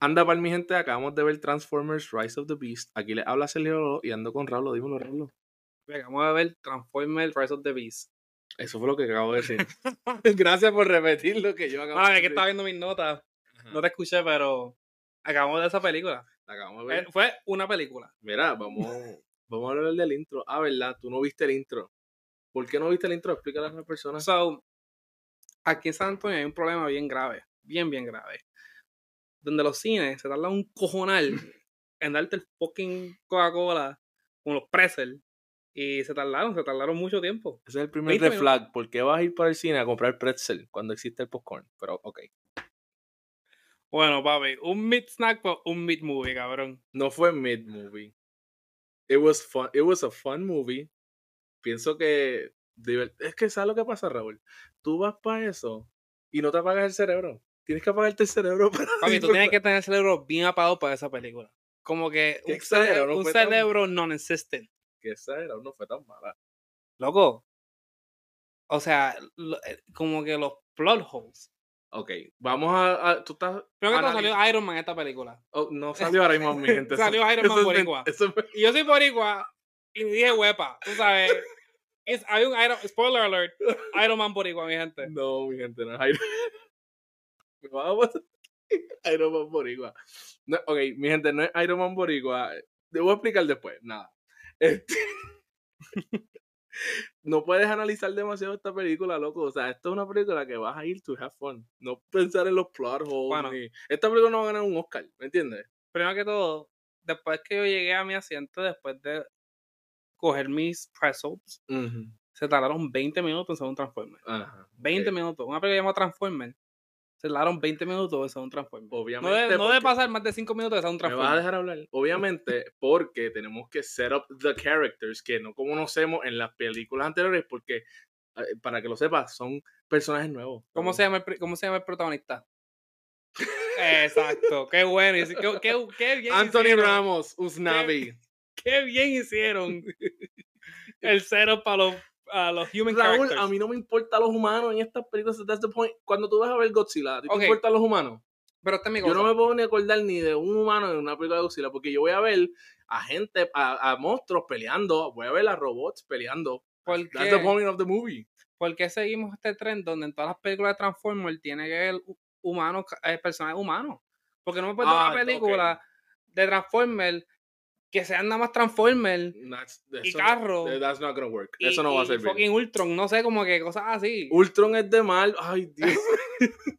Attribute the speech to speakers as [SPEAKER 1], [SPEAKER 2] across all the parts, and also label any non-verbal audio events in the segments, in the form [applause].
[SPEAKER 1] Anda para mi gente, acabamos de ver Transformers Rise of the Beast. Aquí les habla Celio Lolo y ando con Rablo, dímelo Rablo.
[SPEAKER 2] Acabamos de ver Transformers Rise of the Beast.
[SPEAKER 1] Eso fue lo que acabo de [laughs] decir. Gracias por repetir lo que yo acabo
[SPEAKER 2] Bueno,
[SPEAKER 1] de
[SPEAKER 2] es que
[SPEAKER 1] decir.
[SPEAKER 2] estaba viendo mis notas.
[SPEAKER 1] Ajá.
[SPEAKER 2] No te escuché, pero acabamos de ver esa película.
[SPEAKER 1] Acabamos de ver.
[SPEAKER 2] Eh, Fue una película.
[SPEAKER 1] Mira, [laughs] vamos, vamos a hablar del intro. Ah, ¿verdad? Tú no viste el intro. ¿Por qué no viste el intro? Explícale a las personas.
[SPEAKER 2] So, aquí en San Antonio hay un problema bien grave. Bien, bien grave. Donde los cines se tardan un [laughs] cojonal en darte el fucking Coca-Cola con los pretzels. Y se tardaron, se tardaron mucho tiempo.
[SPEAKER 1] Ese es el primer
[SPEAKER 2] 20
[SPEAKER 1] red flag. ¿Por qué vas a ir para el cine a comprar pretzel cuando existe el popcorn? Pero, ok.
[SPEAKER 2] Bueno, papi, un mid snack por un mid movie, cabrón.
[SPEAKER 1] No fue mid movie. It was fun. It was a fun movie. Pienso que diver- es que sabes lo que pasa, Raúl. Tú vas para eso y no te apagas el cerebro. Tienes que apagarte el cerebro [laughs] para.
[SPEAKER 2] Papi, tú tienes que tener el cerebro bien apagado para esa película. Como que
[SPEAKER 1] Qué
[SPEAKER 2] un, cere-
[SPEAKER 1] exagerado, no
[SPEAKER 2] un
[SPEAKER 1] fue tan-
[SPEAKER 2] cerebro non-existent.
[SPEAKER 1] Que esa era no fue tan mala.
[SPEAKER 2] Loco. O sea, lo- eh, como que los plot holes.
[SPEAKER 1] Ok, vamos a. a- tú estás.
[SPEAKER 2] Creo que hasta
[SPEAKER 1] analiz-
[SPEAKER 2] salió Iron Man en esta película.
[SPEAKER 1] Oh, no salió ahora mismo, mi gente. Eso-
[SPEAKER 2] [laughs] Salió Iron Man
[SPEAKER 1] eso es men-
[SPEAKER 2] boricua.
[SPEAKER 1] Eso es men-
[SPEAKER 2] Y yo soy boricua y dije huepa, tú sabes. Es- hay un Iron... Spoiler alert. Iron Man boricua, mi gente.
[SPEAKER 1] No, mi gente, no es Iron [laughs] Me van a matar. [laughs] Iron Man Boricua. No, ok, mi gente, no es Iron Man Boricua. Te voy a explicar después, nada. [laughs] Este- no puedes analizar demasiado esta película, loco. O sea, esta es una película que vas a ir to have fun. No pensar en los plot holes.
[SPEAKER 2] Bueno.
[SPEAKER 1] ni- Esta película no va a ganar un Oscar, ¿me entiendes?
[SPEAKER 2] Primero que todo, después que yo llegué a mi asiento, después de coger mis pretzels, se tardaron 20 minutos en hacer un Transformer.
[SPEAKER 1] Ajá.
[SPEAKER 2] 20
[SPEAKER 1] Ok.
[SPEAKER 2] minutos. Una película llamada Transformer. Se tardaron 20 minutos eso es un Transformer. No
[SPEAKER 1] Obviamente.
[SPEAKER 2] debe, no debe
[SPEAKER 1] porque-
[SPEAKER 2] pasar más de 5 minutos de
[SPEAKER 1] ¿Me vas
[SPEAKER 2] un
[SPEAKER 1] a
[SPEAKER 2] Transformer.
[SPEAKER 1] dejar hablar? Obviamente, porque tenemos que set up the characters que no conocemos en las películas anteriores, porque, eh, para que lo sepas, son personajes nuevos.
[SPEAKER 2] ¿Cómo se, llama el, pri- ¿Cómo se llama el
[SPEAKER 1] [laughs]
[SPEAKER 2] protagonista? Exacto. Qué bueno. hici- Qué, qué- qué bien
[SPEAKER 1] Anthony
[SPEAKER 2] hicieron,
[SPEAKER 1] Ramos, Usnavi.
[SPEAKER 2] Qué
[SPEAKER 1] [laughs]
[SPEAKER 2] bien hicieron el cero para los, a los human
[SPEAKER 1] Raúl,
[SPEAKER 2] characters.
[SPEAKER 1] a mí no me importan los humanos en estas películas. so That's the point. Cuando tú vas a ver Godzilla, ¿a ti
[SPEAKER 2] Ok.
[SPEAKER 1] ¿te importan los humanos?
[SPEAKER 2] Pero esta es mi
[SPEAKER 1] Yo
[SPEAKER 2] cosa.
[SPEAKER 1] no me puedo ni acordar ni de un humano en una película de Godzilla, porque yo voy a ver a gente, a, a monstruos peleando, voy a ver a robots peleando.
[SPEAKER 2] ¿Por
[SPEAKER 1] That's the
[SPEAKER 2] qué,
[SPEAKER 1] point of the movie.
[SPEAKER 2] por qué seguimos este tren donde en todas las películas de Transformers tiene que haber hu- humanos, ca- eh, personajes humanos? Porque no me puedo
[SPEAKER 1] Ah,
[SPEAKER 2] una
[SPEAKER 1] ok.
[SPEAKER 2] película de Transformers que sean nada más Transformers
[SPEAKER 1] That's-
[SPEAKER 2] y
[SPEAKER 1] eso no-
[SPEAKER 2] carro.
[SPEAKER 1] That's not gonna work.
[SPEAKER 2] y-
[SPEAKER 1] Eso no va a
[SPEAKER 2] y
[SPEAKER 1] servir.
[SPEAKER 2] Fucking Ultron, no sé, como que cosas así.
[SPEAKER 1] Ultron es de mal. Ay, Dios.
[SPEAKER 2] [laughs]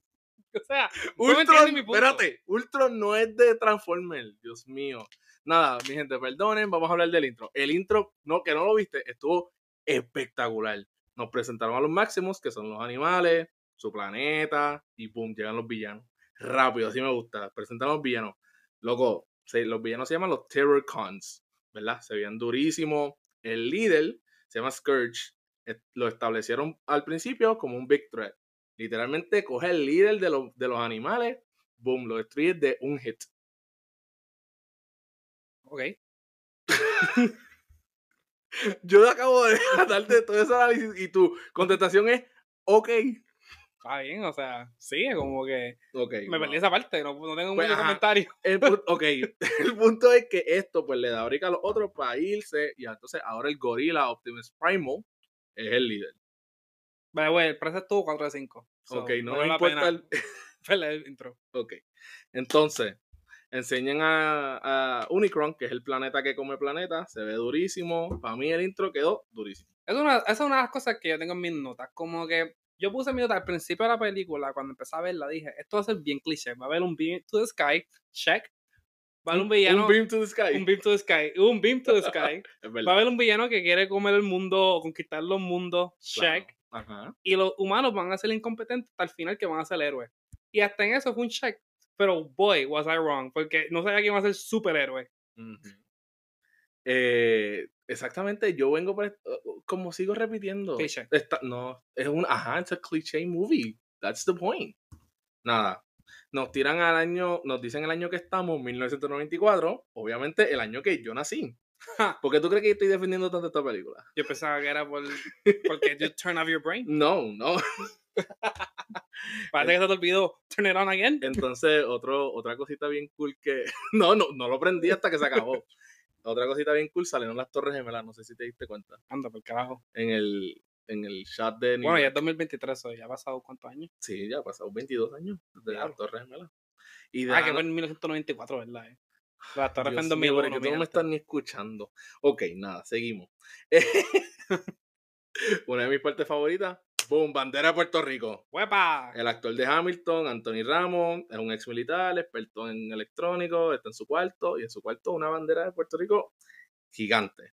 [SPEAKER 2] o sea, tú me
[SPEAKER 1] Ultron,
[SPEAKER 2] entiendes mi punto.
[SPEAKER 1] espérate. Ultron no es de Transformers. Dios mío. Nada, mi gente, perdonen. Vamos a hablar del intro. El intro, no, que no lo viste, estuvo espectacular. Nos presentaron a los máximos, que son los animales, su planeta, y pum, llegan los villanos. Rápido, así me gusta. Presentan a los villanos. Loco, se- los villanos se llaman los Terror Cons, ¿verdad? Se veían durísimos. El líder se llama Scourge. Es- Lo establecieron al principio como un big threat. Literalmente coge el líder de, los- de los animales, boom, lo destruye de un hit.
[SPEAKER 2] Ok.
[SPEAKER 1] [laughs] Yo acabo de [laughs] darte todo ese análisis y tu contestación es, ok.
[SPEAKER 2] Está bien, o sea, sí, es como que
[SPEAKER 1] Ok.
[SPEAKER 2] me
[SPEAKER 1] wow.
[SPEAKER 2] perdí esa parte, no, no tengo
[SPEAKER 1] Pues,
[SPEAKER 2] mucho
[SPEAKER 1] ajá.
[SPEAKER 2] comentario. [laughs]
[SPEAKER 1] El pu- ok, [laughs] el punto es que esto pues le da ahorita a los otros para irse y entonces ahora el gorila Optimus Primal es el líder.
[SPEAKER 2] Vale, güey, el precio estuvo 4 de 5.
[SPEAKER 1] ok, no me importa el...
[SPEAKER 2] [laughs]
[SPEAKER 1] [laughs]
[SPEAKER 2] el intro.
[SPEAKER 1] Ok, entonces enseñan a, a Unicron, que es el planeta que come planeta, se ve durísimo. Para mí el intro quedó durísimo.
[SPEAKER 2] Es una, esa es una de las cosas que yo tengo en mis notas. Como que yo puse en mi nota al principio de la película, cuando empecé a verla, dije, esto va a ser bien cliché. Va a haber un beam to the sky, check. Va a haber un villano.
[SPEAKER 1] Un beam to the sky.
[SPEAKER 2] un beam to the sky. Un beam to the sky.
[SPEAKER 1] Es
[SPEAKER 2] Va a
[SPEAKER 1] verdad.
[SPEAKER 2] haber un villano que quiere comer el mundo o conquistar los mundos. Check.
[SPEAKER 1] Claro. Ajá.
[SPEAKER 2] Y los humanos van a ser incompetentes hasta el final que van a ser héroes. Y hasta en eso fue un check. Pero boy, was I wrong. Porque no sabía quién iba a ser superhéroe.
[SPEAKER 1] Ujú. Eh, exactamente, yo vengo por est- como sigo repitiendo.
[SPEAKER 2] Cliché. [laughs]
[SPEAKER 1] Está- no, es un ajá, it's a cliché movie. That's the point. Nada. Nos tiran al año, nos dicen el año que estamos, 1994, obviamente el año que yo nací.
[SPEAKER 2] Ja.
[SPEAKER 1] ¿Por qué tú crees que estoy defendiendo tanto esta película?
[SPEAKER 2] Yo pensaba que era por, porque you turn off your brain.
[SPEAKER 1] No, [laughs] no.
[SPEAKER 2] Parece que se te olvidó. Turn it on again.
[SPEAKER 1] Entonces, otro, otra cosita bien cool que. [laughs] No, no, no lo prendí hasta que se
[SPEAKER 2] [laughs]
[SPEAKER 1] acabó. Otra cosita bien cool, salieron las Torres Gemelas, no sé si te diste cuenta.
[SPEAKER 2] Anda, por carajo.
[SPEAKER 1] En el, en el chat de. New
[SPEAKER 2] Bueno, ya
[SPEAKER 1] York.
[SPEAKER 2] es 2023, eso ya ha pasado cuántos años.
[SPEAKER 1] Sí, ya ha pasado 22 años de
[SPEAKER 2] Diablo.
[SPEAKER 1] las Torres Gemelas. Y de
[SPEAKER 2] Ah, que
[SPEAKER 1] Ana-
[SPEAKER 2] fue en 1994, ¿verdad? Eh? La torre fue en
[SPEAKER 1] Dios mío, pero es que
[SPEAKER 2] 2001.
[SPEAKER 1] tú no me
[SPEAKER 2] mira.
[SPEAKER 1] estás ni escuchando. Ok, nada, seguimos. [laughs] Una de mis partes favoritas, boom, bandera de Puerto Rico.
[SPEAKER 2] ¡Huepa!
[SPEAKER 1] El actor de Hamilton, Anthony Ramos, es un ex militar, experto en electrónico, está en su cuarto y en su cuarto una bandera de Puerto Rico gigante.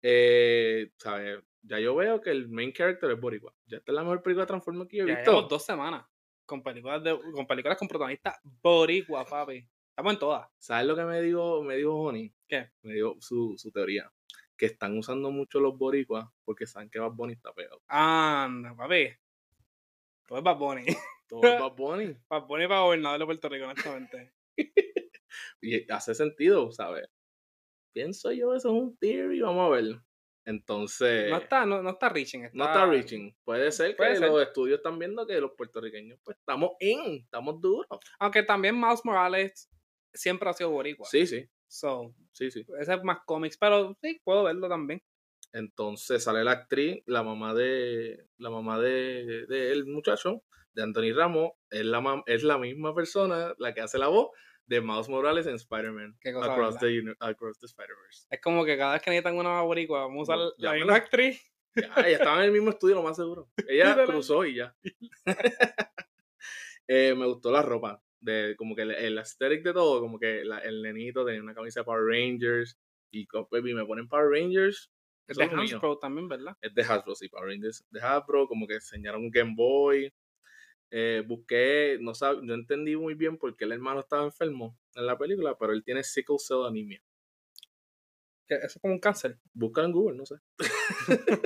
[SPEAKER 1] Eh, ¿sabes? Ya yo veo que el main character es Boricua. Ya esta es la mejor película de Transformers que yo he
[SPEAKER 2] Ya
[SPEAKER 1] visto.
[SPEAKER 2] llevamos dos semanas con películas, de, con películas con protagonistas boricua, papi. Estamos en todas.
[SPEAKER 1] ¿Sabes lo que me dijo, me dijo Honey?
[SPEAKER 2] ¿Qué?
[SPEAKER 1] Me dio su, su teoría. Que están usando mucho los boricuas porque saben que Bad Bunny está pegado.
[SPEAKER 2] Anda, papi. Todo es Bad Bunny. [laughs]
[SPEAKER 1] Todo es Bad Bunny.
[SPEAKER 2] Bad Bunny para gobernador de Puerto Rico, honestamente.
[SPEAKER 1] Y hace sentido, ¿sabes? Pienso yo, eso es un theory, vamos a ver. Entonces,
[SPEAKER 2] No está, no, no está reaching. Está,
[SPEAKER 1] no está reaching. Puede ser que
[SPEAKER 2] Puede ser.
[SPEAKER 1] los estudios están viendo que los puertorriqueños, pues, estamos en, estamos duros.
[SPEAKER 2] Aunque también Miles Morales siempre ha sido boricua.
[SPEAKER 1] Sí, sí,
[SPEAKER 2] So,
[SPEAKER 1] sí, sí.
[SPEAKER 2] ese es más cómics, pero sí, puedo verlo también.
[SPEAKER 1] Entonces sale la actriz, la mamá de la mamá de, de el muchacho, de Anthony Ramos, es la mam- es la misma persona la que hace la voz de Miles Morales en Spider-Man
[SPEAKER 2] Qué cosa,
[SPEAKER 1] Across
[SPEAKER 2] ¿verdad?
[SPEAKER 1] the, Uni- Across the Spider-Verse.
[SPEAKER 2] Es como que cada vez que necesitan una boricua, vamos a usar
[SPEAKER 1] No,
[SPEAKER 2] la
[SPEAKER 1] llámela.
[SPEAKER 2] misma actriz.
[SPEAKER 1] Ya, Ah, ella estaba en el mismo estudio, lo más
[SPEAKER 2] [laughs]
[SPEAKER 1] seguro. Ella
[SPEAKER 2] Literal.
[SPEAKER 1] cruzó y ya. [laughs] Eh, me gustó la ropa, de como que el, el aesthetic de todo, como que la- el nenito tenía una camisa de Power Rangers y, co- pues, y me ponen Power Rangers.
[SPEAKER 2] Es
[SPEAKER 1] eso
[SPEAKER 2] de
[SPEAKER 1] es lo mío.
[SPEAKER 2] Hasbro también, ¿verdad?
[SPEAKER 1] es de Hasbro, sí, Power Rangers de Hasbro, como que enseñaron un Game Boy. Eh, busqué, no sab, no entendí muy bien por qué el hermano estaba enfermo en la película, pero él tiene sickle cell anemia.
[SPEAKER 2] Que eso es como un cáncer.
[SPEAKER 1] Búscalo en Google, no sé. [laughs]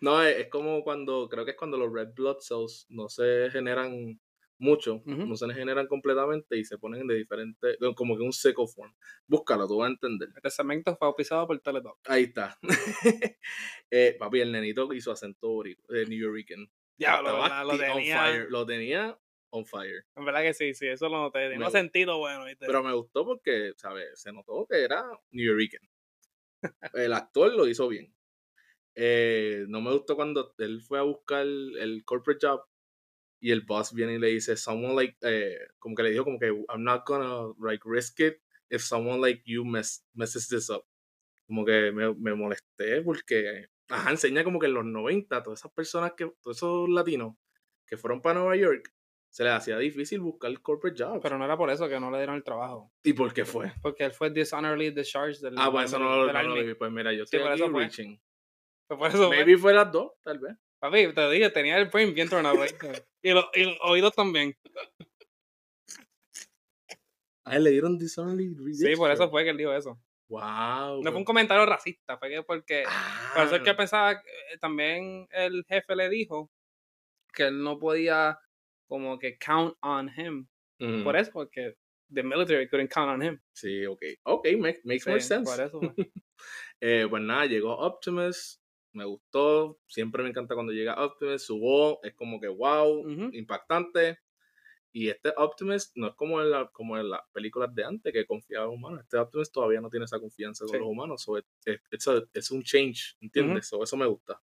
[SPEAKER 1] no, eh, es, es como cuando, creo que es cuando los red blood cells no se generan mucho,
[SPEAKER 2] Ujú.
[SPEAKER 1] no se generan completamente y se ponen de diferente, como que un sickle form. Búscalo, tú vas a entender.
[SPEAKER 2] Este segmento fue auspiciado por Teletalk.
[SPEAKER 1] Ahí está. [laughs] Eh, papi, el nenito y su acento boricua, eh, New Yorkican.
[SPEAKER 2] Diablo,
[SPEAKER 1] Estaba
[SPEAKER 2] ¿verdad? Lo
[SPEAKER 1] acti- on
[SPEAKER 2] tenía.
[SPEAKER 1] fire, lo tenía on fire.
[SPEAKER 2] En verdad que sí, sí, eso lo noté. Tenía
[SPEAKER 1] Me
[SPEAKER 2] un
[SPEAKER 1] gusta.
[SPEAKER 2] sentido bueno, ¿viste?
[SPEAKER 1] Pero me gustó porque, ¿sabes? Se notó que era New Yorkican. El actor lo hizo bien. Eh, no me gustó cuando él fue a buscar el corporate job y el boss viene y le dice, someone like, eh, como que le dijo como que, I'm not gonna like risk it if someone like you mess, messes this up. Como que me, me molesté porque, ajá, enseña como que en los 90, todas esas personas que, todos esos latinos que fueron para Nueva York, se les hacía difícil buscar el corporate job.
[SPEAKER 2] Pero no era por eso que no le dieron el trabajo.
[SPEAKER 1] ¿Y por qué fue?
[SPEAKER 2] Porque él fue dishonorably discharged del.
[SPEAKER 1] Ah, bueno, eso no lo,
[SPEAKER 2] del
[SPEAKER 1] no lo
[SPEAKER 2] Army.
[SPEAKER 1] vi. Pues mira, yo
[SPEAKER 2] Sí,
[SPEAKER 1] estoy
[SPEAKER 2] por
[SPEAKER 1] aquí
[SPEAKER 2] eso fue.
[SPEAKER 1] [laughs] reaching.
[SPEAKER 2] Fue Por eso. fue.
[SPEAKER 1] Maybe fue las dos, tal vez.
[SPEAKER 2] Papi, te dije, tenía el brain bien tronado.
[SPEAKER 1] [laughs]
[SPEAKER 2] ¿viste? y, lo- y los oídos también.
[SPEAKER 1] Ah, le dieron Dishonored
[SPEAKER 2] Sí, por eso fue que él dijo eso.
[SPEAKER 1] Wow.
[SPEAKER 2] No fue un comentario racista, fue que porque. Por eso es que
[SPEAKER 1] Ah,
[SPEAKER 2] pensaba, que, eh, también el jefe le dijo que él no podía como que count on him.
[SPEAKER 1] mm,
[SPEAKER 2] Por eso, porque the military couldn't count on him.
[SPEAKER 1] Sí, ok. Ok, make- makes more
[SPEAKER 2] Sí,
[SPEAKER 1] sense.
[SPEAKER 2] Por
[SPEAKER 1] [laughs]
[SPEAKER 2] eso. fue.
[SPEAKER 1] Eh, pues nada, llegó Optimus, me gustó, siempre me encanta cuando llega Optimus, su voz es como que wow,
[SPEAKER 2] Ujú.
[SPEAKER 1] impactante. Y este Optimus no es como en, la- como en las películas de antes que confiaba en los humanos. Este Optimus todavía no tiene esa confianza con
[SPEAKER 2] Sí.
[SPEAKER 1] los humanos. so it- it- it's a- it's un change, ¿entiendes? So eso me gusta.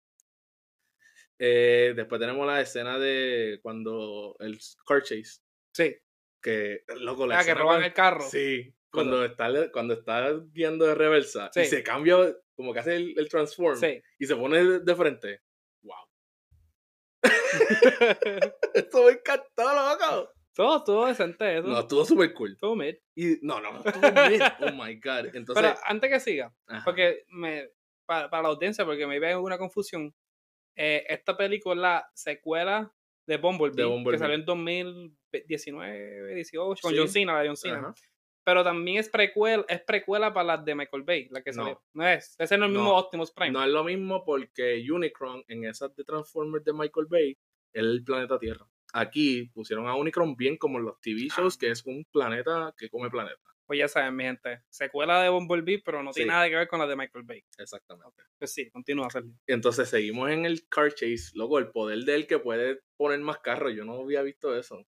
[SPEAKER 1] Eh, después tenemos la escena de cuando el car chase,
[SPEAKER 2] Sí.
[SPEAKER 1] que loco la
[SPEAKER 2] Ah, que
[SPEAKER 1] escena
[SPEAKER 2] roban
[SPEAKER 1] cuando-
[SPEAKER 2] el carro.
[SPEAKER 1] Sí, cuando está, cuando está guiando de reversa y
[SPEAKER 2] Sí.
[SPEAKER 1] se cambia, como que hace el, el transform
[SPEAKER 2] Sí.
[SPEAKER 1] y se pone de, de frente. ¡Wow!
[SPEAKER 2] [laughs]
[SPEAKER 1] Esto me encantó, loco.
[SPEAKER 2] todo, estuvo decente eso.
[SPEAKER 1] No, estuvo súper cool.
[SPEAKER 2] Estuvo mid.
[SPEAKER 1] Y, no, no,
[SPEAKER 2] [laughs]
[SPEAKER 1] estuvo bien. Oh my god. Entonces,
[SPEAKER 2] Pero antes que siga,
[SPEAKER 1] ajá.
[SPEAKER 2] porque me, para, para la audiencia, porque me ve una confusión, eh, esta película es la secuela de Bumblebee,
[SPEAKER 1] De
[SPEAKER 2] que
[SPEAKER 1] Bumblebee.
[SPEAKER 2] salió en 2019, 18, con
[SPEAKER 1] Sí.
[SPEAKER 2] John Cena, la de John Cena.
[SPEAKER 1] Ajá.
[SPEAKER 2] Pero también es precuela, es precuela para las de Michael Bay, la que
[SPEAKER 1] No.
[SPEAKER 2] salió. No es, ese no es el mismo
[SPEAKER 1] No.
[SPEAKER 2] Optimus Prime.
[SPEAKER 1] no es lo mismo porque Unicron en esas de Transformers de Michael Bay es el planeta
[SPEAKER 2] Ah.
[SPEAKER 1] Tierra. Aquí pusieron a Unicron bien como en los TV shows, que es un planeta que come planeta.
[SPEAKER 2] Pues ya saben, mi gente. Secuela de Bumblebee, pero no
[SPEAKER 1] Sí.
[SPEAKER 2] tiene nada que ver con la de Michael Bay.
[SPEAKER 1] Exactamente.
[SPEAKER 2] Pues sí, continúa hacerlo.
[SPEAKER 1] Entonces seguimos en el car chase. Loco, el poder de él que puede poner más carros. Yo no había visto eso.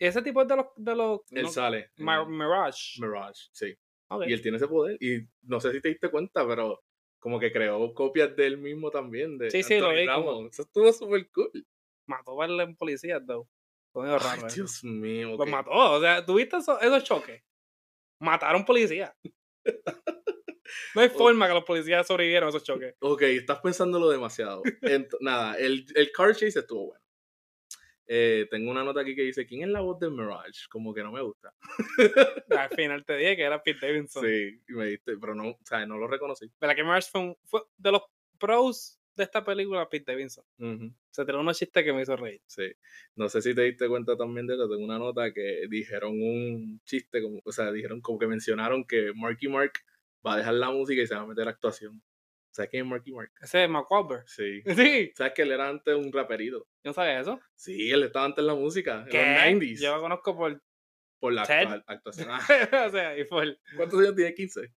[SPEAKER 2] Ese tipo es de los. De los
[SPEAKER 1] Él
[SPEAKER 2] no,
[SPEAKER 1] sale. en
[SPEAKER 2] Mir-
[SPEAKER 1] el
[SPEAKER 2] Mirage.
[SPEAKER 1] Mirage, sí.
[SPEAKER 2] Ok.
[SPEAKER 1] Y él tiene ese poder. Y no sé si te diste cuenta, pero como que creó copias de él mismo también. De
[SPEAKER 2] Sí, sí, lo
[SPEAKER 1] Anthony
[SPEAKER 2] vi, como-
[SPEAKER 1] Ramos. Eso estuvo súper cool.
[SPEAKER 2] Mató a un policía, though. Lo medio
[SPEAKER 1] Ay,
[SPEAKER 2] raro, ¿eh?
[SPEAKER 1] Dios mío.
[SPEAKER 2] Los
[SPEAKER 1] qué-
[SPEAKER 2] mató. O sea, ¿tuviste eso- esos choques? Mataron
[SPEAKER 1] [laughs]
[SPEAKER 2] policías. No hay forma que los policías sobrevivieron a esos choques.
[SPEAKER 1] Ok, estás pensándolo
[SPEAKER 2] [laughs]
[SPEAKER 1] demasiado. Ent- nada, el, el car chase estuvo bueno. Eh, tengo una nota aquí que dice, ¿quién es la voz de Mirage? Como que no me gusta.
[SPEAKER 2] Al final te dije que era Pete Davidson.
[SPEAKER 1] Sí, y me diste, pero no, o sea, no lo reconocí.
[SPEAKER 2] ¿Verdad que Marsh fue, un- fue de los pros de esta película, Pete Davidson?
[SPEAKER 1] Ujú,
[SPEAKER 2] Se tiró unos chistes que me hizo reír.
[SPEAKER 1] sí. No sé si te diste cuenta también de eso. Tengo una nota que dijeron un chiste, como, o sea, dijeron como que mencionaron que Marky Mark va a dejar la música y se va a meter a actuación. ¿Sabes quién es Marky Mark?
[SPEAKER 2] Ese es Mark Wahlberg.
[SPEAKER 1] Sí.
[SPEAKER 2] [laughs] Sí,
[SPEAKER 1] ¿Sabes que él era antes un raperito?
[SPEAKER 2] yo no sabía eso.
[SPEAKER 1] Sí, él estaba antes en la música,
[SPEAKER 2] ¿Qué?
[SPEAKER 1] en los 90s.
[SPEAKER 2] Yo lo conozco por. [laughs]
[SPEAKER 1] Por la
[SPEAKER 2] Ted.
[SPEAKER 1] actua- actuación. Ah,
[SPEAKER 2] o sea, y por.
[SPEAKER 1] ¿Cuántos años tiene? 15.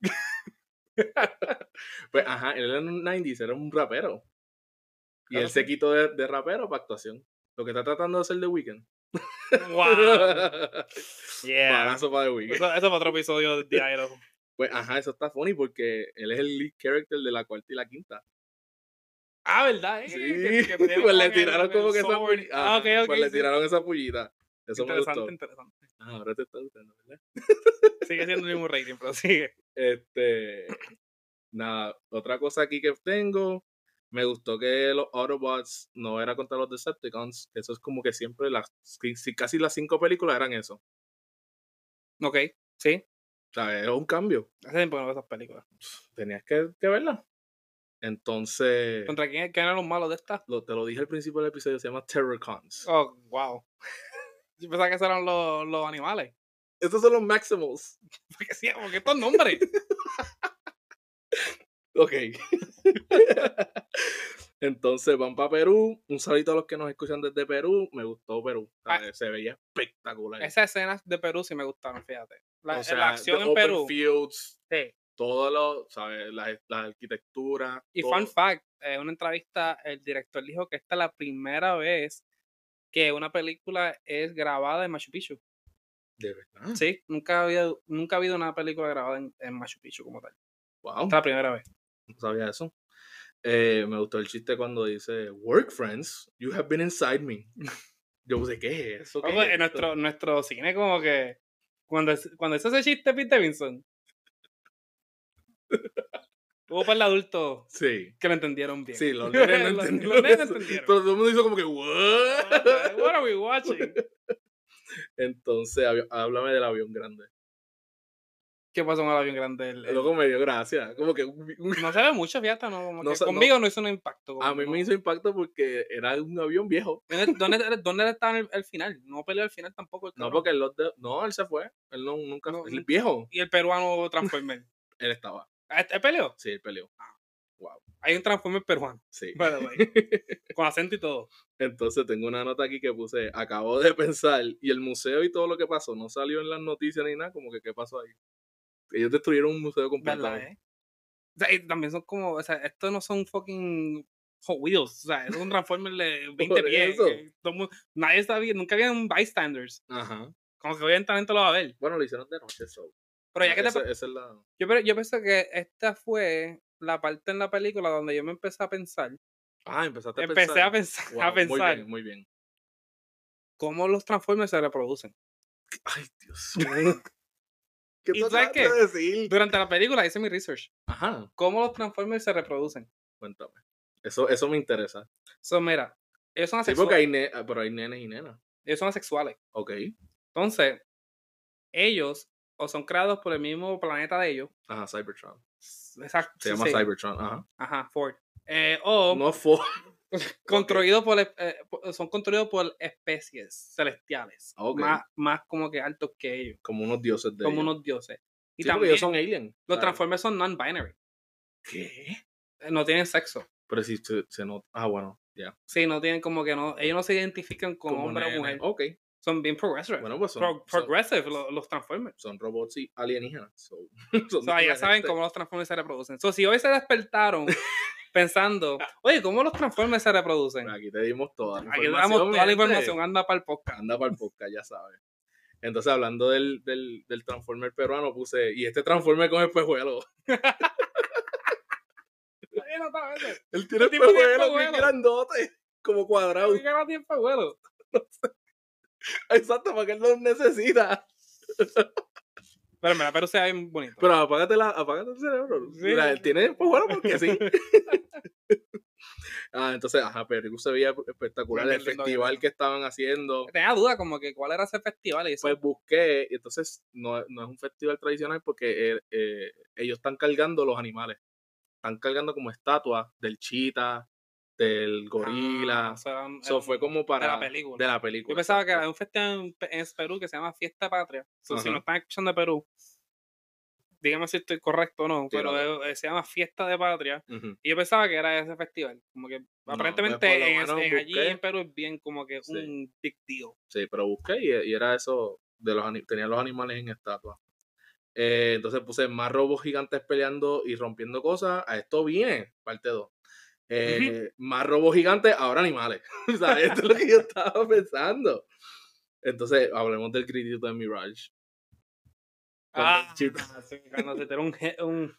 [SPEAKER 1] [laughs] pues ajá, él era un 90s, era un rapero. Y
[SPEAKER 2] Claro.
[SPEAKER 1] él se quitó de, de rapero para actuación. Lo que está tratando de hacer The Weeknd.
[SPEAKER 2] ¡Wow! [laughs]
[SPEAKER 1] [laughs]
[SPEAKER 2] Yeah.
[SPEAKER 1] Balazo para The Weeknd.
[SPEAKER 2] Eso, eso fue otro episodio de Diario.
[SPEAKER 1] Pues ajá, eso está funny porque él es el lead character de la cuarta y la quinta.
[SPEAKER 2] Ah, ¿verdad? Eh?
[SPEAKER 1] Sí,
[SPEAKER 2] Que-
[SPEAKER 1] [laughs]
[SPEAKER 2] que tenía
[SPEAKER 1] pues le
[SPEAKER 2] como que el-
[SPEAKER 1] tiraron
[SPEAKER 2] el
[SPEAKER 1] como que esa
[SPEAKER 2] sword.
[SPEAKER 1] puli-
[SPEAKER 2] Ah,
[SPEAKER 1] ajá,
[SPEAKER 2] ok, ok.
[SPEAKER 1] Pues le
[SPEAKER 2] sí.
[SPEAKER 1] tiraron esa pullita. Eso me
[SPEAKER 2] interesante,
[SPEAKER 1] gustó.
[SPEAKER 2] interesante.
[SPEAKER 1] Ah, ahora te está gustando, ¿verdad?
[SPEAKER 2] Sigue siendo el mismo rating, pero sigue.
[SPEAKER 1] Este. Nada, otra cosa aquí que tengo. Me gustó que los Autobots no era contra los Decepticons. Eso es como que siempre las. si- si Casi las cinco películas eran eso. O
[SPEAKER 2] Ok, sí.
[SPEAKER 1] sea, era un cambio.
[SPEAKER 2] Hace tiempo que no veo esas películas.
[SPEAKER 1] Tenías que, que verla. Entonces.
[SPEAKER 2] ¿Contra quién, quién eran los malos de estas?
[SPEAKER 1] lo- te lo dije al principio del episodio, se llama Terrorcons.
[SPEAKER 2] Oh, wow. [laughs] Yo pensaba que esos eran los, los animales.
[SPEAKER 1] Estos son los Maximals.
[SPEAKER 2] Porque sí, porque
[SPEAKER 1] [laughs]
[SPEAKER 2] estos nombres.
[SPEAKER 1] Ok. [laughs] Entonces van para Perú. Un saludo a los que nos escuchan desde Perú. Me gustó Perú. Eh,
[SPEAKER 2] Ah.
[SPEAKER 1] Se veía espectacular.
[SPEAKER 2] Esas escenas de Perú sí me gustaron, fíjate. La,
[SPEAKER 1] o sea,
[SPEAKER 2] la acción
[SPEAKER 1] the
[SPEAKER 2] en
[SPEAKER 1] open
[SPEAKER 2] Perú.
[SPEAKER 1] fields,
[SPEAKER 2] Sí.
[SPEAKER 1] todo lo, ¿sabes? La, la arquitectura.
[SPEAKER 2] Y
[SPEAKER 1] todo.
[SPEAKER 2] fun fact, en una entrevista, el director dijo que esta es la primera vez que una película es grabada en Machu Picchu.
[SPEAKER 1] De verdad.
[SPEAKER 2] Sí, nunca había, nunca ha habido una película grabada en, en Machu Picchu como tal.
[SPEAKER 1] Wow,
[SPEAKER 2] Esta es la primera vez.
[SPEAKER 1] no sabía eso. Eh, me gustó el chiste cuando dice, work friends, you have been inside me. [laughs] Yo puse, ¿qué es eso? ¿Qué
[SPEAKER 2] Ojo,
[SPEAKER 1] es
[SPEAKER 2] en
[SPEAKER 1] esto?"
[SPEAKER 2] nuestro, nuestro cine como que... Cuando, es- cuando hizo ese chiste Pete
[SPEAKER 1] [laughs]
[SPEAKER 2] Davidson. Hubo para el adulto
[SPEAKER 1] Sí.
[SPEAKER 2] que lo entendieron bien.
[SPEAKER 1] Sí, los [laughs]
[SPEAKER 2] [laughs]
[SPEAKER 1] nenes no
[SPEAKER 2] Los- los
[SPEAKER 1] entendieron.
[SPEAKER 2] nenes
[SPEAKER 1] eso.
[SPEAKER 2] entendieron.
[SPEAKER 1] Pero todo el mundo hizo como que,
[SPEAKER 2] Ah,
[SPEAKER 1] "What?"
[SPEAKER 2] What [laughs] are we watching?
[SPEAKER 1] Entonces, avi- háblame del avión grande.
[SPEAKER 2] ¿Qué pasó con el avión grande? El- el-
[SPEAKER 1] Luego me dio gracia. Como que
[SPEAKER 2] No se ve mucho, fíjate, no, como
[SPEAKER 1] No
[SPEAKER 2] que
[SPEAKER 1] se- no.
[SPEAKER 2] conmigo no. hizo un impacto.
[SPEAKER 1] a
[SPEAKER 2] como
[SPEAKER 1] mí
[SPEAKER 2] no-
[SPEAKER 1] me hizo impacto porque era un avión viejo.
[SPEAKER 2] ¿Dónde, dónde, dónde estaba en el, el final? No peleó al final tampoco el
[SPEAKER 1] No,
[SPEAKER 2] cabrón.
[SPEAKER 1] porque él, los de- no, él se fue. Él no, nunca
[SPEAKER 2] No,
[SPEAKER 1] fue. El
[SPEAKER 2] nunca.
[SPEAKER 1] viejo,
[SPEAKER 2] Y el peruano Transformer.
[SPEAKER 1] él estaba.
[SPEAKER 2] ¿Ah, ¿Este peleó?
[SPEAKER 1] Sí, él peleó.
[SPEAKER 2] Hay un Transformer peruano.
[SPEAKER 1] Sí.
[SPEAKER 2] by
[SPEAKER 1] [laughs]
[SPEAKER 2] the way, Con acento y todo.
[SPEAKER 1] Entonces tengo una nota aquí que puse, acabo de [laughs] pensar, y el museo y todo lo que pasó, no salió en las noticias ni nada, como que qué pasó ahí. Ellos destruyeron un museo
[SPEAKER 2] ¿Verdad,
[SPEAKER 1] completamente.
[SPEAKER 2] eh? O sea, y también son como, o sea, estos no son fucking Hot Wheels. O sea, es un
[SPEAKER 1] [laughs]
[SPEAKER 2] Transformer de 20
[SPEAKER 1] Por
[SPEAKER 2] pies.
[SPEAKER 1] eso.
[SPEAKER 2] que todo el mundo- nadie sabía, nunca había un bystanders.
[SPEAKER 1] Ajá.
[SPEAKER 2] Como que obviamente lo va a ver.
[SPEAKER 1] Bueno, lo hicieron de noche, so.
[SPEAKER 2] Pero ya que te
[SPEAKER 1] Esa- esa es la...
[SPEAKER 2] Yo, pe- yo pienso que esta fue la parte en la película donde yo me empecé a pensar.
[SPEAKER 1] Ah, empezaste a
[SPEAKER 2] Empecé
[SPEAKER 1] pensar.
[SPEAKER 2] a pensar, [laughs]
[SPEAKER 1] Wow,
[SPEAKER 2] a
[SPEAKER 1] Muy
[SPEAKER 2] pensar
[SPEAKER 1] bien, muy bien.
[SPEAKER 2] cómo los Transformers
[SPEAKER 1] [laughs]
[SPEAKER 2] se reproducen.
[SPEAKER 1] Ay, Dios mío. ¿Qué
[SPEAKER 2] ¿Y
[SPEAKER 1] tú
[SPEAKER 2] sabes
[SPEAKER 1] sabes
[SPEAKER 2] qué?
[SPEAKER 1] qué? decir?
[SPEAKER 2] Durante la película hice mi research.
[SPEAKER 1] Ajá,
[SPEAKER 2] Cómo los Transformers se reproducen.
[SPEAKER 1] cuéntame. Eso, eso me interesa.
[SPEAKER 2] So, mira, ellos son
[SPEAKER 1] Sí,
[SPEAKER 2] asexuales.
[SPEAKER 1] porque hay, ne- ah, pero hay nenes y nenas.
[SPEAKER 2] Ellos son asexuales.
[SPEAKER 1] Ok.
[SPEAKER 2] Entonces, ellos o son creados por el mismo planeta de ellos.
[SPEAKER 1] Ajá, Cybertron.
[SPEAKER 2] Exacto.
[SPEAKER 1] Se llama Cybertron, ajá.
[SPEAKER 2] Ajá, Ford. Eh, o
[SPEAKER 1] No fue... [laughs]
[SPEAKER 2] construidos por, eh, por- son construidos por especies celestiales.
[SPEAKER 1] Ah, ok.
[SPEAKER 2] Más, más como que altos que ellos.
[SPEAKER 1] Como unos dioses de
[SPEAKER 2] como
[SPEAKER 1] ellos.
[SPEAKER 2] unos dioses. Y
[SPEAKER 1] Sí, porque
[SPEAKER 2] también
[SPEAKER 1] ellos son alien.
[SPEAKER 2] los
[SPEAKER 1] ¿sabes?
[SPEAKER 2] Transformers son non-binary.
[SPEAKER 1] ¿Qué?
[SPEAKER 2] eh, No tienen sexo.
[SPEAKER 1] Pero si se, se nota. Ah, bueno, ya.
[SPEAKER 2] Sí, no tienen como que no. Ellos no se identifican como, hombre o
[SPEAKER 1] nene.
[SPEAKER 2] mujer.
[SPEAKER 1] Ok,
[SPEAKER 2] Son bien progressive.
[SPEAKER 1] Bueno, pues son,
[SPEAKER 2] Pro-
[SPEAKER 1] son,
[SPEAKER 2] progressive lo- los Transformers.
[SPEAKER 1] son robots y alienígenas. so, [laughs]
[SPEAKER 2] O
[SPEAKER 1] son
[SPEAKER 2] sea, ya
[SPEAKER 1] diferentes.
[SPEAKER 2] saben cómo los Transformers se reproducen. So, si hoy
[SPEAKER 1] [laughs]
[SPEAKER 2] se despertaron pensando, oye, ¿cómo los Transformers se reproducen?
[SPEAKER 1] Aquí te dimos toda la
[SPEAKER 2] Aquí damos toda la
[SPEAKER 1] gente.
[SPEAKER 2] información, anda para el
[SPEAKER 1] [laughs]
[SPEAKER 2] podcast.
[SPEAKER 1] Anda para el podcast, ya sabes. Entonces, hablando del, del, del Transformer peruano, puse, y este Transformer con espejuelo. [laughs]
[SPEAKER 2] Oye, no, está bien.
[SPEAKER 1] Él tiene
[SPEAKER 2] tipo tiene
[SPEAKER 1] espejuelos bien
[SPEAKER 2] espejuelos.
[SPEAKER 1] grandote, como cuadrado.
[SPEAKER 2] Oye, gana tiempo, abuelo.
[SPEAKER 1] [laughs] Exacto, para que él los necesita.
[SPEAKER 2] Pero me la pero se ve bien bonito.
[SPEAKER 1] Pero apágate, la, apágate el cerebro.
[SPEAKER 2] Sí.
[SPEAKER 1] La- tiene espejuelos porque sí. [laughs] ah, entonces, ajá, Perú se veía espectacular.
[SPEAKER 2] Bien,
[SPEAKER 1] El
[SPEAKER 2] bien lindo,
[SPEAKER 1] festival
[SPEAKER 2] bien
[SPEAKER 1] que estaban haciendo.
[SPEAKER 2] Tenía duda como que cuál era ese festival y eso.
[SPEAKER 1] Pues busqué, y entonces no, no es un festival tradicional porque eh, eh, ellos están cargando los animales. Están cargando como estatuas del chita, del gorila.
[SPEAKER 2] Ah, eso era un-
[SPEAKER 1] Eso
[SPEAKER 2] era
[SPEAKER 1] fue como
[SPEAKER 2] de
[SPEAKER 1] para.
[SPEAKER 2] la película.
[SPEAKER 1] de la película,
[SPEAKER 2] Yo pensaba que
[SPEAKER 1] exacto.
[SPEAKER 2] había un festival en Pe- en Perú que se llama Fiesta Patria. So, si
[SPEAKER 1] Ajá.
[SPEAKER 2] no están escuchando de Perú, dígame si estoy correcto o no, pero eh, se llama Fiesta de Patria.
[SPEAKER 1] Ujú.
[SPEAKER 2] Y yo pensaba que era ese festival. Como que
[SPEAKER 1] pues,
[SPEAKER 2] aparentemente
[SPEAKER 1] por lo
[SPEAKER 2] en-
[SPEAKER 1] menos
[SPEAKER 2] en- allí
[SPEAKER 1] busqué.
[SPEAKER 2] en Perú es bien como que
[SPEAKER 1] Sí.
[SPEAKER 2] un big deal.
[SPEAKER 1] Sí, pero busqué y, y era eso, de los ani- tenían los animales en estatua. Eh, entonces puse más robos gigantes peleando y rompiendo cosas. A esto viene, parte 2. Más robos gigantes, ahora animales. [laughs] O sea, esto es lo que yo estaba pensando. Entonces, hablemos del crítico de Mirage. Cuando el
[SPEAKER 2] Ah,
[SPEAKER 1] chita-
[SPEAKER 2] sí, cuando se te un, je- un-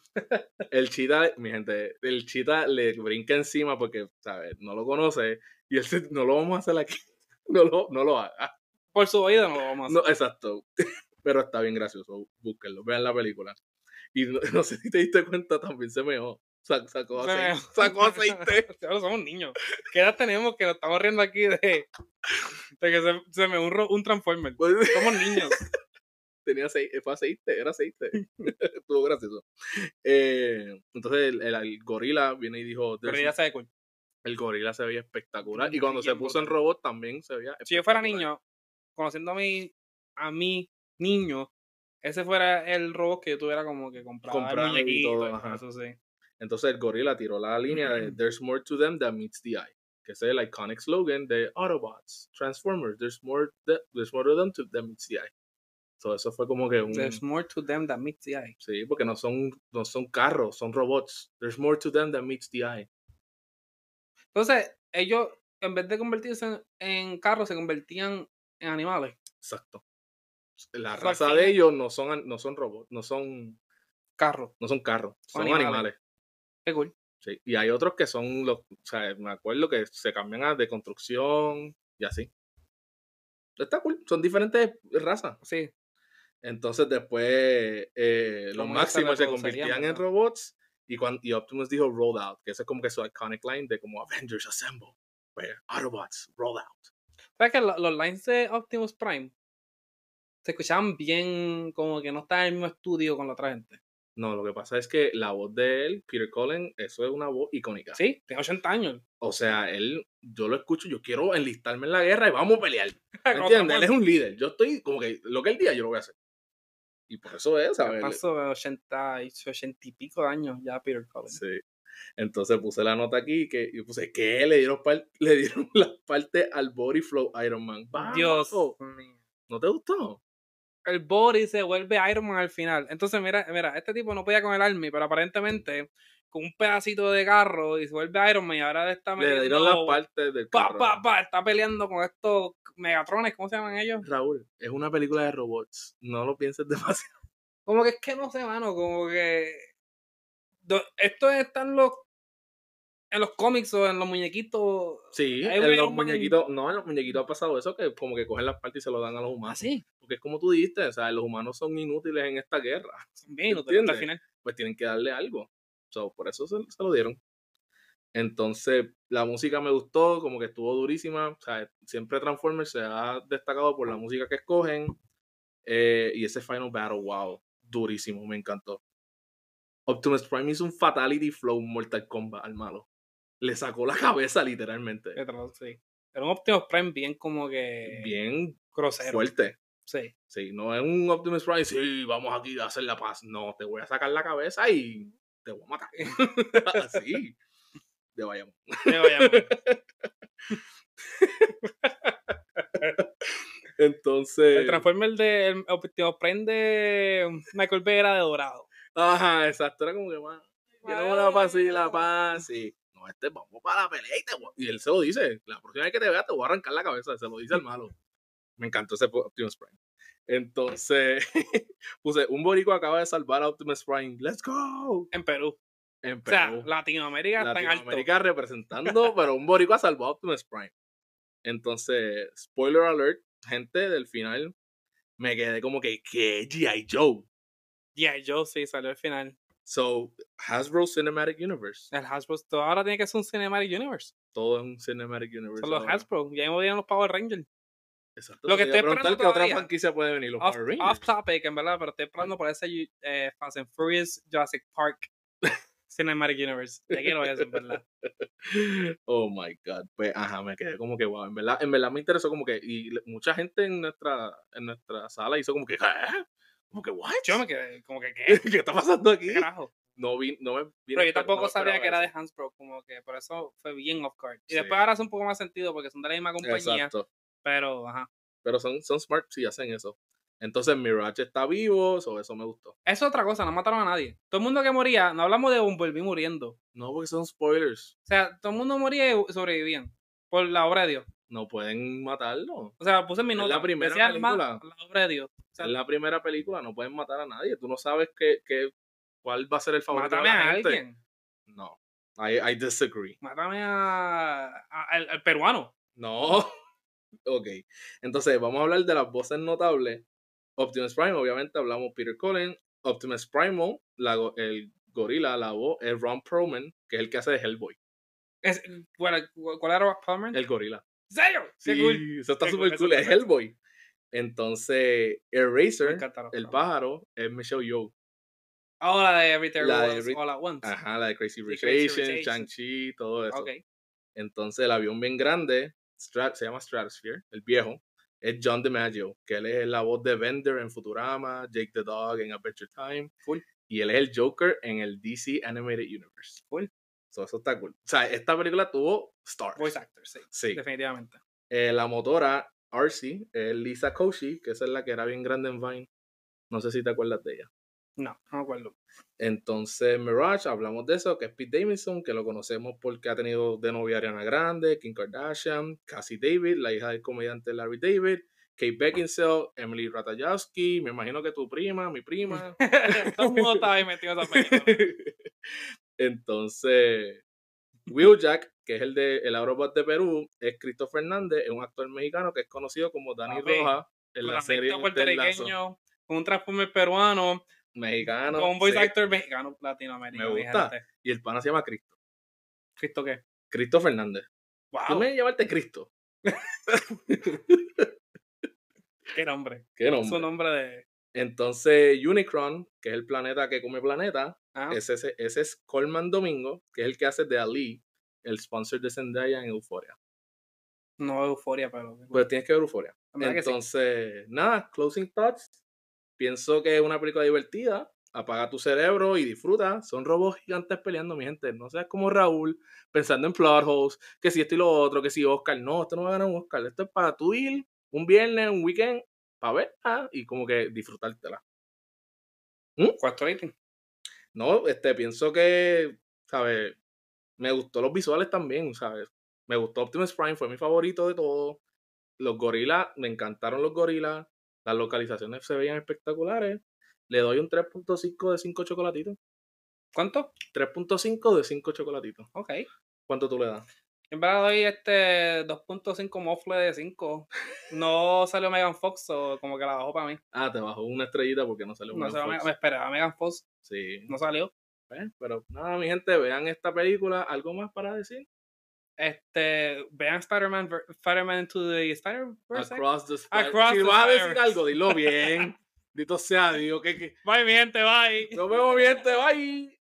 [SPEAKER 1] El chita, mi gente, el chita le brinca encima porque, ¿sabes? No lo conoce y él se- no lo vamos a hacer aquí. [laughs] No lo, no lo haga.
[SPEAKER 2] Por su oído no lo vamos a hacer.
[SPEAKER 1] No, exacto. [laughs] Pero está bien gracioso. Búsquenlo, vean la película. Y no, [laughs] no sé si te diste cuenta, también se meó. Sa- sacó,
[SPEAKER 2] Se
[SPEAKER 1] aceite,
[SPEAKER 2] meó. [laughs]
[SPEAKER 1] sacó aceite.
[SPEAKER 2] Ahora somos niños. ¿Qué edad tenemos que nos estamos riendo aquí de, de que se, se me un, ro- un Transformer?
[SPEAKER 1] Pues, [laughs]
[SPEAKER 2] Somos niños.
[SPEAKER 1] tenía aceite, fue aceite, era aceite.
[SPEAKER 2] [laughs]
[SPEAKER 1] [laughs] Estuvo gracioso. Eh, entonces el, el- el gorila viene y dijo,
[SPEAKER 2] Pero ya
[SPEAKER 1] "There's-
[SPEAKER 2] se ve cool.
[SPEAKER 1] el gorila se veía espectacular. Y cuando se
[SPEAKER 2] Bien
[SPEAKER 1] puso en
[SPEAKER 2] brutal.
[SPEAKER 1] robot también se veía
[SPEAKER 2] Si yo fuera
[SPEAKER 1] espectacular.
[SPEAKER 2] niño, conociendo a mi, a mi niño, ese fuera el robot que yo tuviera como que comprado. el
[SPEAKER 1] Comprado y
[SPEAKER 2] muñequito,
[SPEAKER 1] todo,
[SPEAKER 2] eso,
[SPEAKER 1] ajá.
[SPEAKER 2] Eso sí.
[SPEAKER 1] Entonces el gorila tiró la línea de There's more to them than meets the eye, que es el iconic slogan de Autobots, Transformers, There's more, th- there's more to them to- than meets the eye. So, eso fue como que un...
[SPEAKER 2] There's more to them than meets the eye.
[SPEAKER 1] Sí, porque no son, no son carros, son robots. There's more to them than meets the eye.
[SPEAKER 2] Entonces, ellos, en vez de convertirse en, en carros, se convertían en animales.
[SPEAKER 1] Exacto. La
[SPEAKER 2] So, al
[SPEAKER 1] raza
[SPEAKER 2] fin-
[SPEAKER 1] de ellos no son, an- no son robots, no son,
[SPEAKER 2] Carros.
[SPEAKER 1] no son carros, son
[SPEAKER 2] Son
[SPEAKER 1] animales.
[SPEAKER 2] animales. Qué cool.
[SPEAKER 1] Sí, Y hay otros que son los, o sea, me acuerdo que se cambian a de construcción y así. Está cool, son diferentes razas.
[SPEAKER 2] Sí,
[SPEAKER 1] Entonces después eh, los
[SPEAKER 2] Como ellos se
[SPEAKER 1] máximos se
[SPEAKER 2] reproducirían,
[SPEAKER 1] convertían en
[SPEAKER 2] ¿verdad?
[SPEAKER 1] robots y, cuando, y Optimus dijo roll out, que ese es como que su iconic line de como Avengers Assemble, pues Autobots, roll out.
[SPEAKER 2] ¿Sabes que lo- los lines de Optimus Prime se escuchaban bien, como que no está en el mismo estudio con la otra gente?
[SPEAKER 1] No, lo que pasa es que la voz de él, Peter Cullen, eso es una voz icónica.
[SPEAKER 2] Sí, tiene 80 años.
[SPEAKER 1] O sea, él, yo lo escucho, yo quiero enlistarme en la guerra y vamos a
[SPEAKER 2] [laughs]
[SPEAKER 1] pelear.
[SPEAKER 2] ¿Me
[SPEAKER 1] ¿Me ¿Entiendes? Él es un líder. Yo estoy como que lo que él diga yo lo voy a hacer. Y por eso es, ¿sabes?
[SPEAKER 2] Pasó de 80, y- 80 y pico de años ya Peter Collins.
[SPEAKER 1] Sí. Entonces puse la nota aquí que yo puse que le dieron, par- [laughs] le dieron la parte al body flow Iron Man. ¡Vamos!
[SPEAKER 2] Dios mío.
[SPEAKER 1] ¿No te gustó?
[SPEAKER 2] El body se vuelve Iron Man al final. Entonces, mira, mira, este tipo no podía con el Army, pero aparentemente con un pedacito de carro y se vuelve Iron Man y ahora está
[SPEAKER 1] Le dieron las
[SPEAKER 2] metiendo-
[SPEAKER 1] partes del
[SPEAKER 2] pa,
[SPEAKER 1] carro.
[SPEAKER 2] pa, pa, está peleando con estos Megatrones, ¿cómo se llaman ellos?
[SPEAKER 1] Raúl, es una película de robots. No lo pienses [laughs] demasiado.
[SPEAKER 2] Como que es que no sé, mano, como que. do- Esto está en los. En los cómics o en los muñequitos.
[SPEAKER 1] Sí,
[SPEAKER 2] Ay,
[SPEAKER 1] en
[SPEAKER 2] Iron
[SPEAKER 1] los
[SPEAKER 2] Man.
[SPEAKER 1] muñequitos. No, en los muñequitos ha pasado eso que como que cogen las partes y se lo dan a
[SPEAKER 2] ¿Ah,
[SPEAKER 1] los humanos.
[SPEAKER 2] Así.
[SPEAKER 1] Porque es como tú dijiste, o sea, los humanos son inútiles en esta guerra.
[SPEAKER 2] Son bien inútiles hasta el
[SPEAKER 1] ¿Entiendes?
[SPEAKER 2] final.
[SPEAKER 1] pues tienen que darle algo. So, por eso se, se lo dieron. Entonces, la música me gustó, como que estuvo durísima. O sea, siempre Transformers se ha destacado por la música que escogen. Eh, y ese Final Battle, wow, durísimo, me encantó. Optimus Prime hizo un Fatality Flow Mortal Kombat al malo. Le sacó la cabeza, literalmente.
[SPEAKER 2] Te traduce, Sí. Era un Optimus Prime bien como que.
[SPEAKER 1] Bien
[SPEAKER 2] Grosero.
[SPEAKER 1] fuerte. [laughs]
[SPEAKER 2] Sí.
[SPEAKER 1] Sí, no es un Optimus Prime, sí, vamos aquí a hacer la paz. No, te voy a sacar la cabeza y te voy a matar. [laughs] Así. De vayamos.
[SPEAKER 2] Sí, vaya, pues.
[SPEAKER 1] Entonces.
[SPEAKER 2] El Transformer de el Optimus Prime de Michael Bay era de dorado.
[SPEAKER 1] Ajá, exacto. Era como que más. Quiero la paz y la paz. Y no, este, vamos para la pelea. Y, te voy a- y él se lo dice. La próxima vez que te vea, te voy a arrancar la cabeza. Se lo dice al malo. Me encantó ese Optimus Prime. Entonces, [laughs] puse, un boricua acaba de salvar a Optimus Prime. ¡Let's go!
[SPEAKER 2] En Perú.
[SPEAKER 1] En
[SPEAKER 2] O sea,
[SPEAKER 1] Perú.
[SPEAKER 2] Latinoamérica está en alto.
[SPEAKER 1] Latinoamérica representando, pero un boricua salvó a Optimus Prime. Entonces, spoiler alert, gente, del final me quedé como que, ¿qué G.I. Joe?
[SPEAKER 2] Yeah, yo sí, salió al final.
[SPEAKER 1] So, Hasbro Cinematic Universe.
[SPEAKER 2] El Hasbro. todo Ahora tiene que ser un Cinematic Universe.
[SPEAKER 1] Todo es un Cinematic Universe.
[SPEAKER 2] Son los
[SPEAKER 1] Pues ahora.
[SPEAKER 2] Hasbro. Ya hemos visto los Power Rangers.
[SPEAKER 1] Exacto,
[SPEAKER 2] Lo
[SPEAKER 1] te
[SPEAKER 2] que
[SPEAKER 1] iba a
[SPEAKER 2] estoy
[SPEAKER 1] preguntar
[SPEAKER 2] esperando
[SPEAKER 1] qué otra
[SPEAKER 2] todavía.
[SPEAKER 1] franquicia puede venir, los
[SPEAKER 2] Off,
[SPEAKER 1] Power Rangers.
[SPEAKER 2] off topic, en verdad, pero estoy esperando por ese eh, Fast and Furious Jurassic
[SPEAKER 1] [laughs]
[SPEAKER 2] Park Cinematic Universe. Ya quiero eso, en verdad.
[SPEAKER 1] [laughs] Oh my god. Pues ajá, me quedé como que wow. En verdad, en verdad me interesó como que. Y le- mucha gente en nuestra, en nuestra sala hizo como que. ¿qué? Como que, what?
[SPEAKER 2] Yo me quedé como que, ¿qué?
[SPEAKER 1] [laughs] ¿Qué está pasando aquí?
[SPEAKER 2] ¿Qué carajo?
[SPEAKER 1] No vi, no me vi-
[SPEAKER 2] Pero yo
[SPEAKER 1] no
[SPEAKER 2] tampoco
[SPEAKER 1] me
[SPEAKER 2] sabía
[SPEAKER 1] esperaba
[SPEAKER 2] que era
[SPEAKER 1] eso.
[SPEAKER 2] de Hasbro, como que por eso fue bien off guard. Y
[SPEAKER 1] Sí.
[SPEAKER 2] después ahora hace un poco más sentido porque son de la misma compañía,
[SPEAKER 1] Exacto.
[SPEAKER 2] pero ajá.
[SPEAKER 1] Pero son, son smart si hacen eso. Entonces Mirage está vivo, so eso me gustó.
[SPEAKER 2] Eso es otra cosa, no mataron a nadie. Todo el mundo que moría, no hablamos de Bumblebee muriendo. O
[SPEAKER 1] No, porque son spoilers.
[SPEAKER 2] sea, todo el mundo moría y sobrevivían por la obra de Dios.
[SPEAKER 1] No pueden matarlo.
[SPEAKER 2] O sea, puse mi
[SPEAKER 1] Es la
[SPEAKER 2] nota.
[SPEAKER 1] primera
[SPEAKER 2] decía, "Ma-
[SPEAKER 1] película".
[SPEAKER 2] la obra de Dios. O sea,
[SPEAKER 1] En la primera película no pueden matar a nadie. Tú no sabes qué, qué, cuál va a ser el favorito
[SPEAKER 2] mátame
[SPEAKER 1] de la
[SPEAKER 2] a
[SPEAKER 1] gente.
[SPEAKER 2] alguien.
[SPEAKER 1] No. I, I disagree.
[SPEAKER 2] Mátame a, a- al, al peruano.
[SPEAKER 1] No. [laughs] ok. Entonces, vamos a hablar de las voces notables. Optimus Prime, obviamente hablamos Peter Cullen. Optimus Primal, la go- el gorila, la voz, es Ron Perlman, que es el que hace de Hellboy.
[SPEAKER 2] Es- bueno, ¿cu- ¿Cuál era Rob Palmer?
[SPEAKER 1] El gorila.
[SPEAKER 2] ¿En serio?
[SPEAKER 1] Sí,
[SPEAKER 2] ¡Qué cool!
[SPEAKER 1] eso está
[SPEAKER 2] Qué cool,
[SPEAKER 1] súper
[SPEAKER 2] eso
[SPEAKER 1] cool.
[SPEAKER 2] está
[SPEAKER 1] Es
[SPEAKER 2] cool.
[SPEAKER 1] Hellboy. Entonces,
[SPEAKER 2] Me
[SPEAKER 1] Eraser,
[SPEAKER 2] encanta Rob
[SPEAKER 1] el
[SPEAKER 2] Palmer.
[SPEAKER 1] pájaro, es Michelle Yeoh.
[SPEAKER 2] Ah, la de Everything
[SPEAKER 1] La de
[SPEAKER 2] Was
[SPEAKER 1] Every-
[SPEAKER 2] All at Once.
[SPEAKER 1] Ajá, la de Crazy Rich
[SPEAKER 2] Crazy
[SPEAKER 1] Asians,
[SPEAKER 2] Rich Asians.
[SPEAKER 1] Shang-Chi, todo eso.
[SPEAKER 2] Ok.
[SPEAKER 1] Entonces, el avión bien grande, Strat- se llama Stratosphere, el viejo, es John DiMaggio, que él es la voz de Bender en Futurama, Jake the Dog en Adventure Time.
[SPEAKER 2] Cool.
[SPEAKER 1] Y él es el Joker en el DC Animated Universe.
[SPEAKER 2] Cool.
[SPEAKER 1] So, eso está cool. O sea, esta película tuvo stars.
[SPEAKER 2] Voice actor, sí.
[SPEAKER 1] Sí.
[SPEAKER 2] Definitivamente.
[SPEAKER 1] Eh, la motora RC es Lisa Koshy, que esa es la que era bien grande en Vine. No sé si te acuerdas de ella.
[SPEAKER 2] No, no me acuerdo.
[SPEAKER 1] Entonces, Mirage, hablamos de eso, que es Pete Davidson, que lo conocemos porque ha tenido de novia a Ariana Grande, Kim Kardashian, Cassie David, la hija del comediante Larry David, Kate Beckinsale, Emily Ratajkowski, me imagino que tu prima, mi prima.
[SPEAKER 2] [laughs] Todo el mundo estaba ahí metido en esa
[SPEAKER 1] [laughs]
[SPEAKER 2] película.
[SPEAKER 1] Entonces, Will Jack, que es el de el Aerobot de Perú, es Cristo Fernández, es un actor mexicano que es conocido como Dani
[SPEAKER 2] Papi,
[SPEAKER 1] Roja en la
[SPEAKER 2] Protagonista
[SPEAKER 1] serie del Lazo.
[SPEAKER 2] puertorriqueño, con un transformer peruano,
[SPEAKER 1] mexicano.
[SPEAKER 2] con un voice
[SPEAKER 1] sí.
[SPEAKER 2] actor mexicano latinoamericano.
[SPEAKER 1] Me
[SPEAKER 2] mi
[SPEAKER 1] gusta.
[SPEAKER 2] gente.
[SPEAKER 1] Y el pana se llama Cristo.
[SPEAKER 2] ¿Cristo qué?
[SPEAKER 1] Cristo Fernández. Tú
[SPEAKER 2] ¡Wow!
[SPEAKER 1] me llevarte Cristo.
[SPEAKER 2] ¡Qué nombre!
[SPEAKER 1] Qué
[SPEAKER 2] Su
[SPEAKER 1] nombre.
[SPEAKER 2] nombre de...
[SPEAKER 1] Entonces, Unicron, que es el planeta que come planeta,
[SPEAKER 2] Ah,
[SPEAKER 1] ese, ese- ese es Colman Domingo, que es el que hace de Ali, el sponsor de Zendaya en Euforia.
[SPEAKER 2] No euforia, pero...
[SPEAKER 1] Pero tienes que ver Euforia.
[SPEAKER 2] en verdad que sí.
[SPEAKER 1] Entonces, nada, closing thoughts. Pienso que es una película divertida. Apaga tu cerebro y disfruta. Son robots gigantes peleando, mi gente. No seas como Raúl, pensando en plot holes, que si esto y lo otro, que si Oscar. No, esto no va a ganar un Oscar. Esto es para tú ir un viernes, un weekend, para verla y como que disfrutártela.
[SPEAKER 2] Cuatro rating.
[SPEAKER 1] No, este, pienso que, ¿sabes? Me gustó los visuales también, ¿sabes? Me gustó Optimus Prime, fue mi favorito de todo. Los gorilas, me encantaron los gorilas. Las localizaciones se veían espectaculares. Le doy un 3.5 de 5 chocolatitos.
[SPEAKER 2] ¿Cuánto?
[SPEAKER 1] 3.5 de 5 chocolatitos.
[SPEAKER 2] Ok.
[SPEAKER 1] ¿Cuánto tú le das?
[SPEAKER 2] En verdad doy este 2.5 mofle de 5. No salió Megan Fox, o como que la bajó para mí.
[SPEAKER 1] Ah, te bajó una estrellita porque no salió
[SPEAKER 2] No
[SPEAKER 1] Megan
[SPEAKER 2] salió Me,
[SPEAKER 1] Fox.
[SPEAKER 2] me esperaba Megan Fox,
[SPEAKER 1] Sí.
[SPEAKER 2] no salió.
[SPEAKER 1] pues, Pero nada, mi gente, vean esta película. ¿Algo más para decir?
[SPEAKER 2] Este, vean Spider-Man ver- Spider-Man into the Spider-Verse.
[SPEAKER 1] Across the Spider-
[SPEAKER 2] Across
[SPEAKER 1] Si
[SPEAKER 2] the
[SPEAKER 1] vas a decir
[SPEAKER 2] Spider-
[SPEAKER 1] algo,
[SPEAKER 2] [laughs]
[SPEAKER 1] dilo bien. Dito sea Dios. Que, que,
[SPEAKER 2] Bye, mi gente, bye.
[SPEAKER 1] Nos vemos, mi gente. Bye.